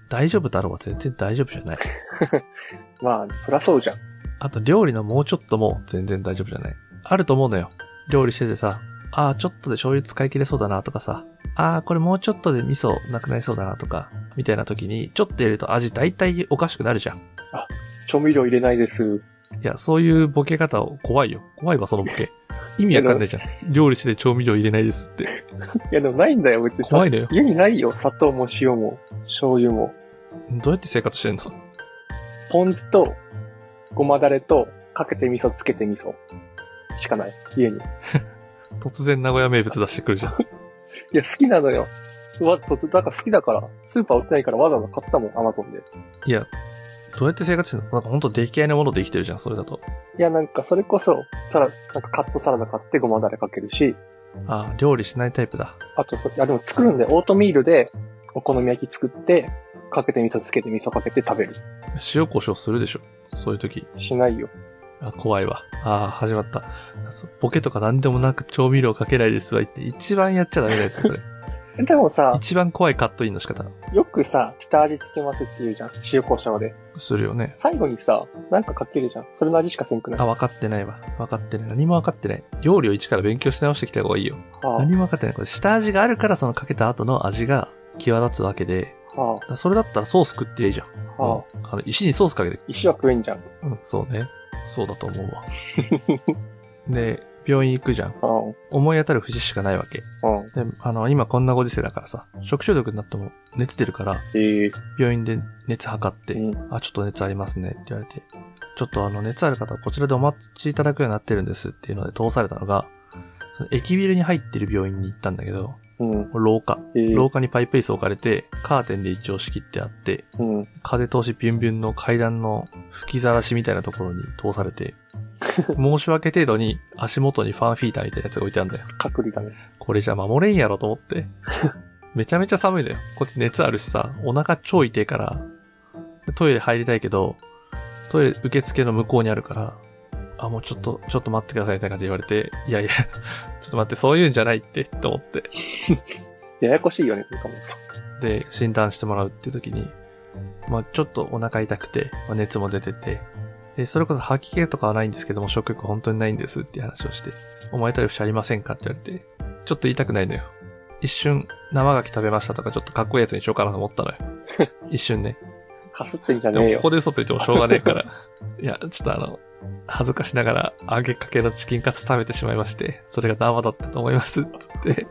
[SPEAKER 3] 大丈夫だろうは全然大丈夫じゃない。
[SPEAKER 4] まあ、そりゃそうじゃん。
[SPEAKER 3] あと料理のもうちょっとも全然大丈夫じゃない。あると思うのよ。料理しててさ、ああ、ちょっとで醤油使い切れそうだなとかさ、ああ、これもうちょっとで味噌なくなりそうだなとか、みたいな時に、ちょっと入れると味大体おかしくなるじゃん。
[SPEAKER 4] 調味料入れないです。
[SPEAKER 3] いや、そういうボケ方を怖いよ。怖いわ、そのボケ。意味わかんないじゃん。料理してて調味料入れないですって。
[SPEAKER 4] いや、でもないんだよ、別に。
[SPEAKER 3] 怖いのよ。
[SPEAKER 4] 家にないよ。砂糖も塩も、醤油も。
[SPEAKER 3] どうやって生活してんの
[SPEAKER 4] ポン酢と、ごまだれと、かけて味噌、つけて味噌。しかない。家に。
[SPEAKER 3] 突然名古屋名物出してくるじゃん。
[SPEAKER 4] いや、好きなのよ。わ、そう、だから好きだから、スーパー売ってないからわざわざ買ったもん、アマゾンで。
[SPEAKER 3] いや、どうやって生活してんのなんかほんと出来合いのもので生きてるじゃん、それだと。
[SPEAKER 4] いや、なんか、それこそ、サラ、なんかカットサラダ買ってごまだれかけるし、
[SPEAKER 3] ああ、料理しないタイプだ。
[SPEAKER 4] あとそ、あ、でも作るんで、オートミールで、お好み焼き作って、かけて味噌つけて味噌かけて食べる。
[SPEAKER 3] 塩胡椒するでしょ。そういう時。
[SPEAKER 4] しないよ。
[SPEAKER 3] あ、怖いわ。ああ、始まった。そボケとか何でもなく調味料かけないですわ言って、一番やっちゃダメなやつ、それ。
[SPEAKER 4] でもさ、
[SPEAKER 3] 一番怖いカットインの仕方
[SPEAKER 4] よくさ、下味つけますって言うじゃん。塩胡椒で。
[SPEAKER 3] するよね。
[SPEAKER 4] 最後にさ、なんかかけるじゃん。それの味しかせんくない。
[SPEAKER 3] あ、分かってないわ。分かってない。何も分かってない。料理を一から勉強し直してきた方がいいよ。
[SPEAKER 4] は
[SPEAKER 3] 何も分かってない。これ下味があるからそのかけた後の味が際立つわけで、
[SPEAKER 4] あ、は
[SPEAKER 3] だからそれだったらソース食っていいじゃん。
[SPEAKER 4] あ、は
[SPEAKER 3] う
[SPEAKER 4] あ、
[SPEAKER 3] んあの石にソースかけて
[SPEAKER 4] 石は食えんじゃん。
[SPEAKER 3] うん、そうね。そうだと思うわ。で、病院行くじゃん。
[SPEAKER 4] うん、うん、
[SPEAKER 3] 思い当たる節しかないわけ。で、あの、今こんなご時世だからさ、食中毒になっても熱出るから、
[SPEAKER 4] ええ
[SPEAKER 3] 病院で熱測って、
[SPEAKER 4] うん
[SPEAKER 3] あ、ちょっと熱ありますねって言われて、ちょっとあの、熱ある方はこちらでお待ちいただくようになってるんですっていうので通されたのが、その駅ビルに入ってる病院に行ったんだけど、
[SPEAKER 4] うん、
[SPEAKER 3] 廊下。
[SPEAKER 4] ええ
[SPEAKER 3] 廊下にパイプ椅子置かれて、カーテンで一応仕切ってあって、
[SPEAKER 4] うん。
[SPEAKER 3] 風通しビュンビュンの階段の吹きざらしみたいなところに通され て、申し訳程度に足元にファンフィーターみたいなやつが置いてあるんだよ。
[SPEAKER 4] 隔離だね。
[SPEAKER 3] これじゃ守れんやろと思って。めちゃめちゃ寒いのよ。こっち熱あるしさ、お腹超痛いから、トイレ入りたいけど、トイレ受付の向こうにあるから、あ、もうちょっと、ちょっと待ってくださいみたいな感じで言われて、いやいや、ちょっと待って、そういうんじゃないって、と思って。
[SPEAKER 4] ややこしいよね、なんかもう
[SPEAKER 3] で、診断してもらうって時に、まあちょっとお腹痛くて、まあ、熱も出てて、で、それこそ吐き気とかはないんですけども、食欲本当にないんですっていう話をして、お前たり節ありませんかって言われて、ちょっと言いたくないのよ。一瞬、生牡蠣食べましたとか、ちょっとかっこいいやつにしようかなと思ったのよ。一瞬ね。
[SPEAKER 4] かすってんじゃ
[SPEAKER 3] で
[SPEAKER 4] ねえ
[SPEAKER 3] も、こ
[SPEAKER 4] よ
[SPEAKER 3] こ。で嘘ついてもしょうがねえ から。いや、ちょっとあの、恥ずかしながら、揚げかけのチキンカツ食べてしまいまして、それが生だったと思います、つって。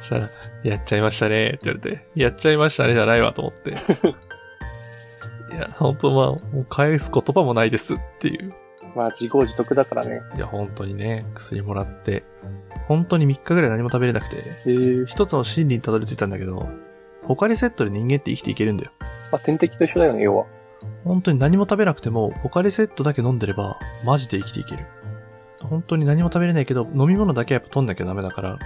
[SPEAKER 3] そしたら、やっちゃいましたね、って言われて、やっちゃいましたね、じゃないわ、と思 って。いや、本当まあ、もう返す言葉もないですっていう。
[SPEAKER 4] まあ、自業自得だからね。
[SPEAKER 3] いや、本当にね、薬もらって、本当に3日ぐらい何も食べれなくて、
[SPEAKER 4] ええ
[SPEAKER 3] 一つの真理にたどり着いたんだけど、ポカリセットで人間って生きていけるんだよ。
[SPEAKER 4] まあ、天敵と一緒だよね、要は。
[SPEAKER 3] 本当に何も食べなくても、ポカリセットだけ飲んでれば、マジで生きていける。本当に何も食べれないけど、飲み物だけはやっぱ取んなきゃダメだから、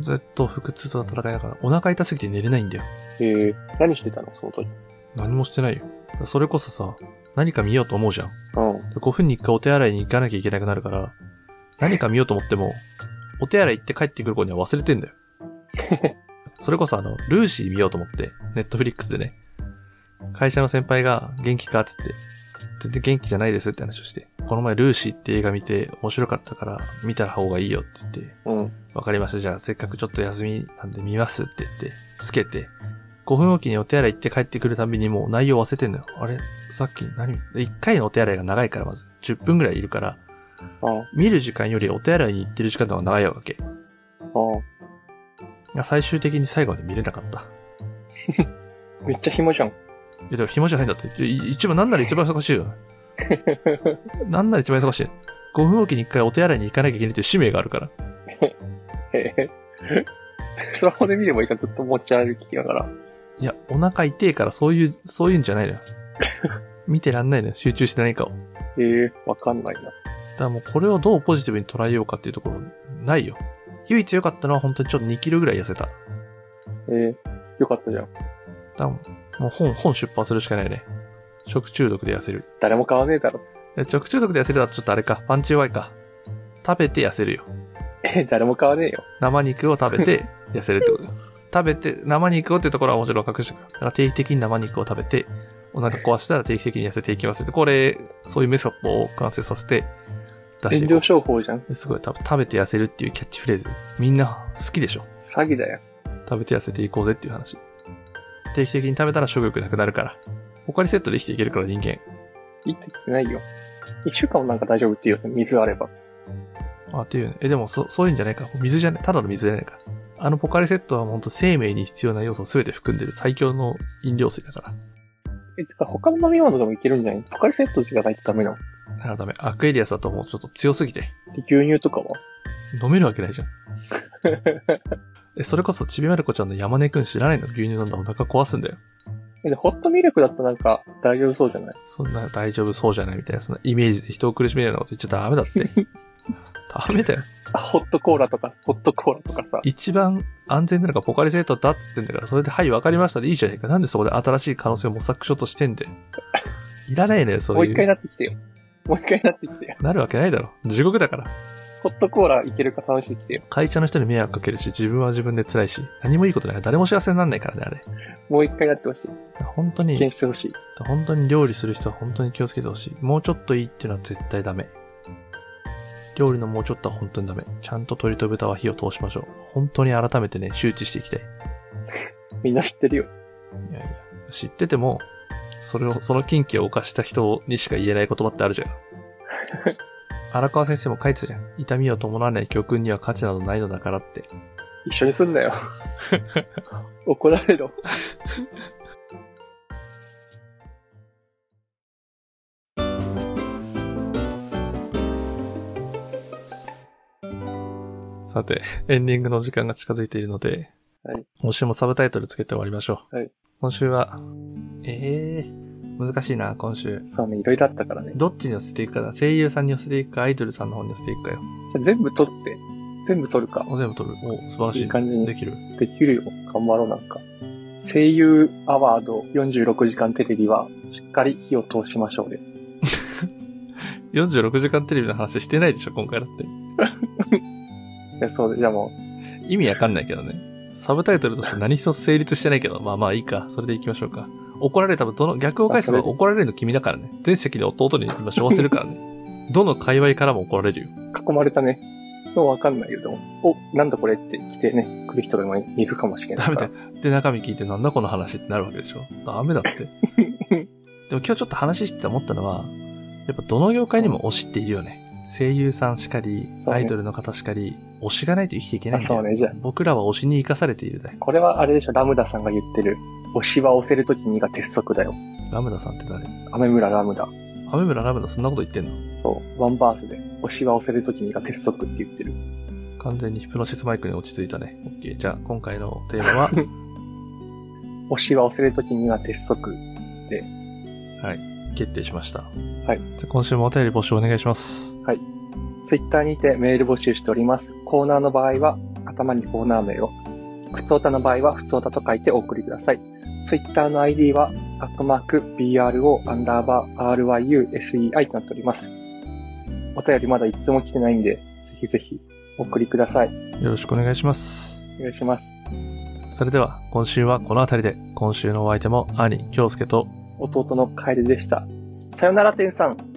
[SPEAKER 3] ずっと腹痛と戦いながら、お腹痛すぎて寝れないんだよ。
[SPEAKER 4] ええ何してたの、その時。
[SPEAKER 3] 何もしてないよ。それこそさ、何か見ようと思うじゃん。
[SPEAKER 4] うん。
[SPEAKER 3] 5分に1回お手洗いに行かなきゃいけなくなるから、何か見ようと思っても、お手洗い行って帰ってくる頃には忘れてんだよ。それこそあの、ルーシー見ようと思って、ネットフリックスでね、会社の先輩が元気かって言って、全然元気じゃないですって話をして、この前ルーシーって映画見て面白かったから見た方がいいよって言って、
[SPEAKER 4] うん。
[SPEAKER 3] わかりました。じゃあ、せっかくちょっと休みなんで見ますって言って、つけて、5分おきにお手洗い行って帰ってくるたびにもう内容忘れてんのよ。あれさっき何見た ?1 回のお手洗いが長いからまず、10分ぐらいいるから、
[SPEAKER 4] ああ、
[SPEAKER 3] 見る時間よりお手洗いに行ってる時間の方が長いわけ。
[SPEAKER 4] あ
[SPEAKER 3] 最終的に最後まで見れなかった。
[SPEAKER 4] あ。めっちゃ紐じゃん。
[SPEAKER 3] いや、だから暇じゃないんだって。ちょい一番、なんなら一番忙しいよ。なんなら一番忙しい。5分おきに1回お手洗いに行かなきゃいけないっていう使命があるから。
[SPEAKER 4] へ え。スマホで見ればいいじゃん、ずっと持ち歩きながら。
[SPEAKER 3] いや、お腹痛いからそういう、そういうんじゃないのよ。見てらんないのよ。集中して何かを。
[SPEAKER 4] ええわかんないな。
[SPEAKER 3] だからもうこれをどうポジティブに捉えようかっていうところないよ。唯一良かったのは本当にちょっと2キロぐらい痩せた。だか
[SPEAKER 4] ええよかったじゃん。
[SPEAKER 3] らもう本、本出版するしかないね。食中毒で痩せる。
[SPEAKER 4] 誰も買わねえだろ。
[SPEAKER 3] え食中毒で痩せるだとちょっとあれか、パンチ弱いか。食べて痩せるよ。
[SPEAKER 4] ええ誰も買わねえよ。
[SPEAKER 3] 生肉を食べ て痩せるってことだよ食べて、生肉をってところはもちろん隠しておく。だから定期的に生肉を食べて、お腹壊したら定期的に痩せていきますって。これ、そういうメソッドを完成させて出して
[SPEAKER 4] 炎
[SPEAKER 3] いこ
[SPEAKER 4] 上商法じゃん。
[SPEAKER 3] う。すごい、多分食べて痩せるっていうキャッチフレーズ。みんな好きでしょ。
[SPEAKER 4] 詐欺だよ。
[SPEAKER 3] 食べて痩せていこうぜっていう話。定期的に食べたら食欲なくなるから。ポカリセットで生きていけるから人間。
[SPEAKER 4] 生きてきてないよ。一週間もなんか大丈夫っていうよね、水あれば。
[SPEAKER 3] あ、っていうね。え、でもそ、そういうんじゃないか。水じゃない。ただの水じゃないか。あのポカリセットは本当生命に必要な要素を全て含んでる最強の飲料水だから。
[SPEAKER 4] え、てか他の飲み物でもいけるんじゃないポカリセットじゃないとダメなの。
[SPEAKER 3] ならダメ。アクエリアスだともうちょっと強すぎて。
[SPEAKER 4] で、牛乳とかは
[SPEAKER 3] 飲めるわけないじゃん。え、それこそちびまる子ちゃんの山根くん知らないの牛乳飲んだらお腹壊すんだよ。
[SPEAKER 4] えで、ホットミルクだったらなんか大丈夫そうじゃない
[SPEAKER 3] そんな大丈夫そうじゃないみたいな、そんなイメージで人を苦しめるようなこと言っちゃダメだって。ダメだよ。
[SPEAKER 4] あ、ホットコーラとか、ホットコーラとかさ。
[SPEAKER 3] 一番安全なのがポカリセットだっつってんだから、それではい、わかりましたでいいじゃねえか。なんでそこで新しい可能性を模索しようとしてんで。いらないのよ、そ
[SPEAKER 4] もう
[SPEAKER 3] うい
[SPEAKER 4] 一回
[SPEAKER 3] う。
[SPEAKER 4] なってきてよ。もう一回なってきてよ。
[SPEAKER 3] なるわけないだろ。地獄だから。
[SPEAKER 4] ホットコーラいけるか楽しみに来てよ。
[SPEAKER 3] 会社の人に迷惑かけるし、自分は自分で辛いし、何もいいことないから誰も幸せになんないからね、あれ。
[SPEAKER 4] もう一回やってほし
[SPEAKER 3] 本当
[SPEAKER 4] い。検
[SPEAKER 3] に、
[SPEAKER 4] 出ほしい。
[SPEAKER 3] 本当に料理する人は本当に気をつけてほしい。もうちょっといいっていうのは絶対ダメ。料理のもうちょっとは本当にダメ。ちゃんと鶏と豚は火を通しましょう。本当に改めてね、周知していきたい。
[SPEAKER 4] みんな知ってるよ。
[SPEAKER 3] いやいや、知ってても、それを、その禁忌を犯した人にしか言えない言葉ってあ るじゃん。荒川先生も書いてたじゃん。痛みを伴わない教訓には価値などないのだからって。
[SPEAKER 4] 一緒にす んなよ。怒られろ。
[SPEAKER 3] さて、エンディングの時間が近づいているので、
[SPEAKER 4] はい
[SPEAKER 3] 今週もサブタイトルつけて終わりましょう。
[SPEAKER 4] はい
[SPEAKER 3] 今週は、えー、難しいな、今週。
[SPEAKER 4] そうね、いろいろあったからね。
[SPEAKER 3] どっちに寄せていくかだ。声優さんに寄せていくか、アイドルさんの方に寄せていくかよ。
[SPEAKER 4] じゃあ全部取って、全部取るか。
[SPEAKER 3] お全部取る。お、素晴らしい。
[SPEAKER 4] いい感じに
[SPEAKER 3] できる。
[SPEAKER 4] できるよ。頑張ろう、なんか。声優アワード46時間テレビは、しっかり火を通しましょうで。
[SPEAKER 3] 46時間テレビの話してないでしょ、今回だって。
[SPEAKER 4] でそうで、じゃあも
[SPEAKER 3] 意味わかんないけどね。サブタイトルとして何一つ成立してないけど、まあまあいいか。それで行きましょうか。怒られた、どの、逆を返せば
[SPEAKER 4] あそれで
[SPEAKER 3] 怒られるの君だからね。全席で弟に今昭和するから ね。どの界隈からも怒られるよ。
[SPEAKER 4] う、囲まれたね。そうわかんないけど、お、なんだこれって来てね、来る人もいるかもしれな
[SPEAKER 3] ダ
[SPEAKER 4] いか
[SPEAKER 3] メ
[SPEAKER 4] ら。
[SPEAKER 3] だよ。で、中身聞いてなんだこの話ってなるわけでしょ。ダ メだって。でも今日ちょっと話してて思ったのは、やっぱどの業界にも推しっているよね。声優さんしかり、
[SPEAKER 4] そう
[SPEAKER 3] ア
[SPEAKER 4] ね
[SPEAKER 3] イドルの方しかり、推しがないと生きていけないんだ
[SPEAKER 4] あそ
[SPEAKER 3] よ。
[SPEAKER 4] うね、じゃあ、
[SPEAKER 3] 僕らは推しに生かされているだよ。
[SPEAKER 4] これはあれでしょ、ラムダさんが言ってる。押しは押せるときにが鉄則だよ。
[SPEAKER 3] ラムダさんって誰
[SPEAKER 4] アメ村ラムダ。
[SPEAKER 3] アメ村ラムダそんなこと言ってんの
[SPEAKER 4] そう、ワンバースで、押しは押せるときにが鉄則って言ってる。
[SPEAKER 3] 完全にヒプノシスマイクに落ち着いたね。オッケー。じゃあ、今回のテー マは、
[SPEAKER 4] 押しは押せるときにが鉄則。
[SPEAKER 3] 決定しました。
[SPEAKER 4] はい
[SPEAKER 3] じゃあ、今週もお便り募集お願いします。
[SPEAKER 4] ツイッターにてメール募集しております。コーナーの場合は、頭にコーナー名を。ふつおたの場合は、ふつおたと書いてお送りください。ツイッターの ID は、アットマーク、BRO、アンダーバー、RYUSEI となっております。お便りまだ一通も来てないんで、ぜひぜひ、お送りください。
[SPEAKER 3] よろしくお願いします。
[SPEAKER 4] お願いします。
[SPEAKER 3] それでは、今週はこの辺りで、今週のお相手も兄、京介と、
[SPEAKER 4] 弟のカエルでした。さよなら、天さん。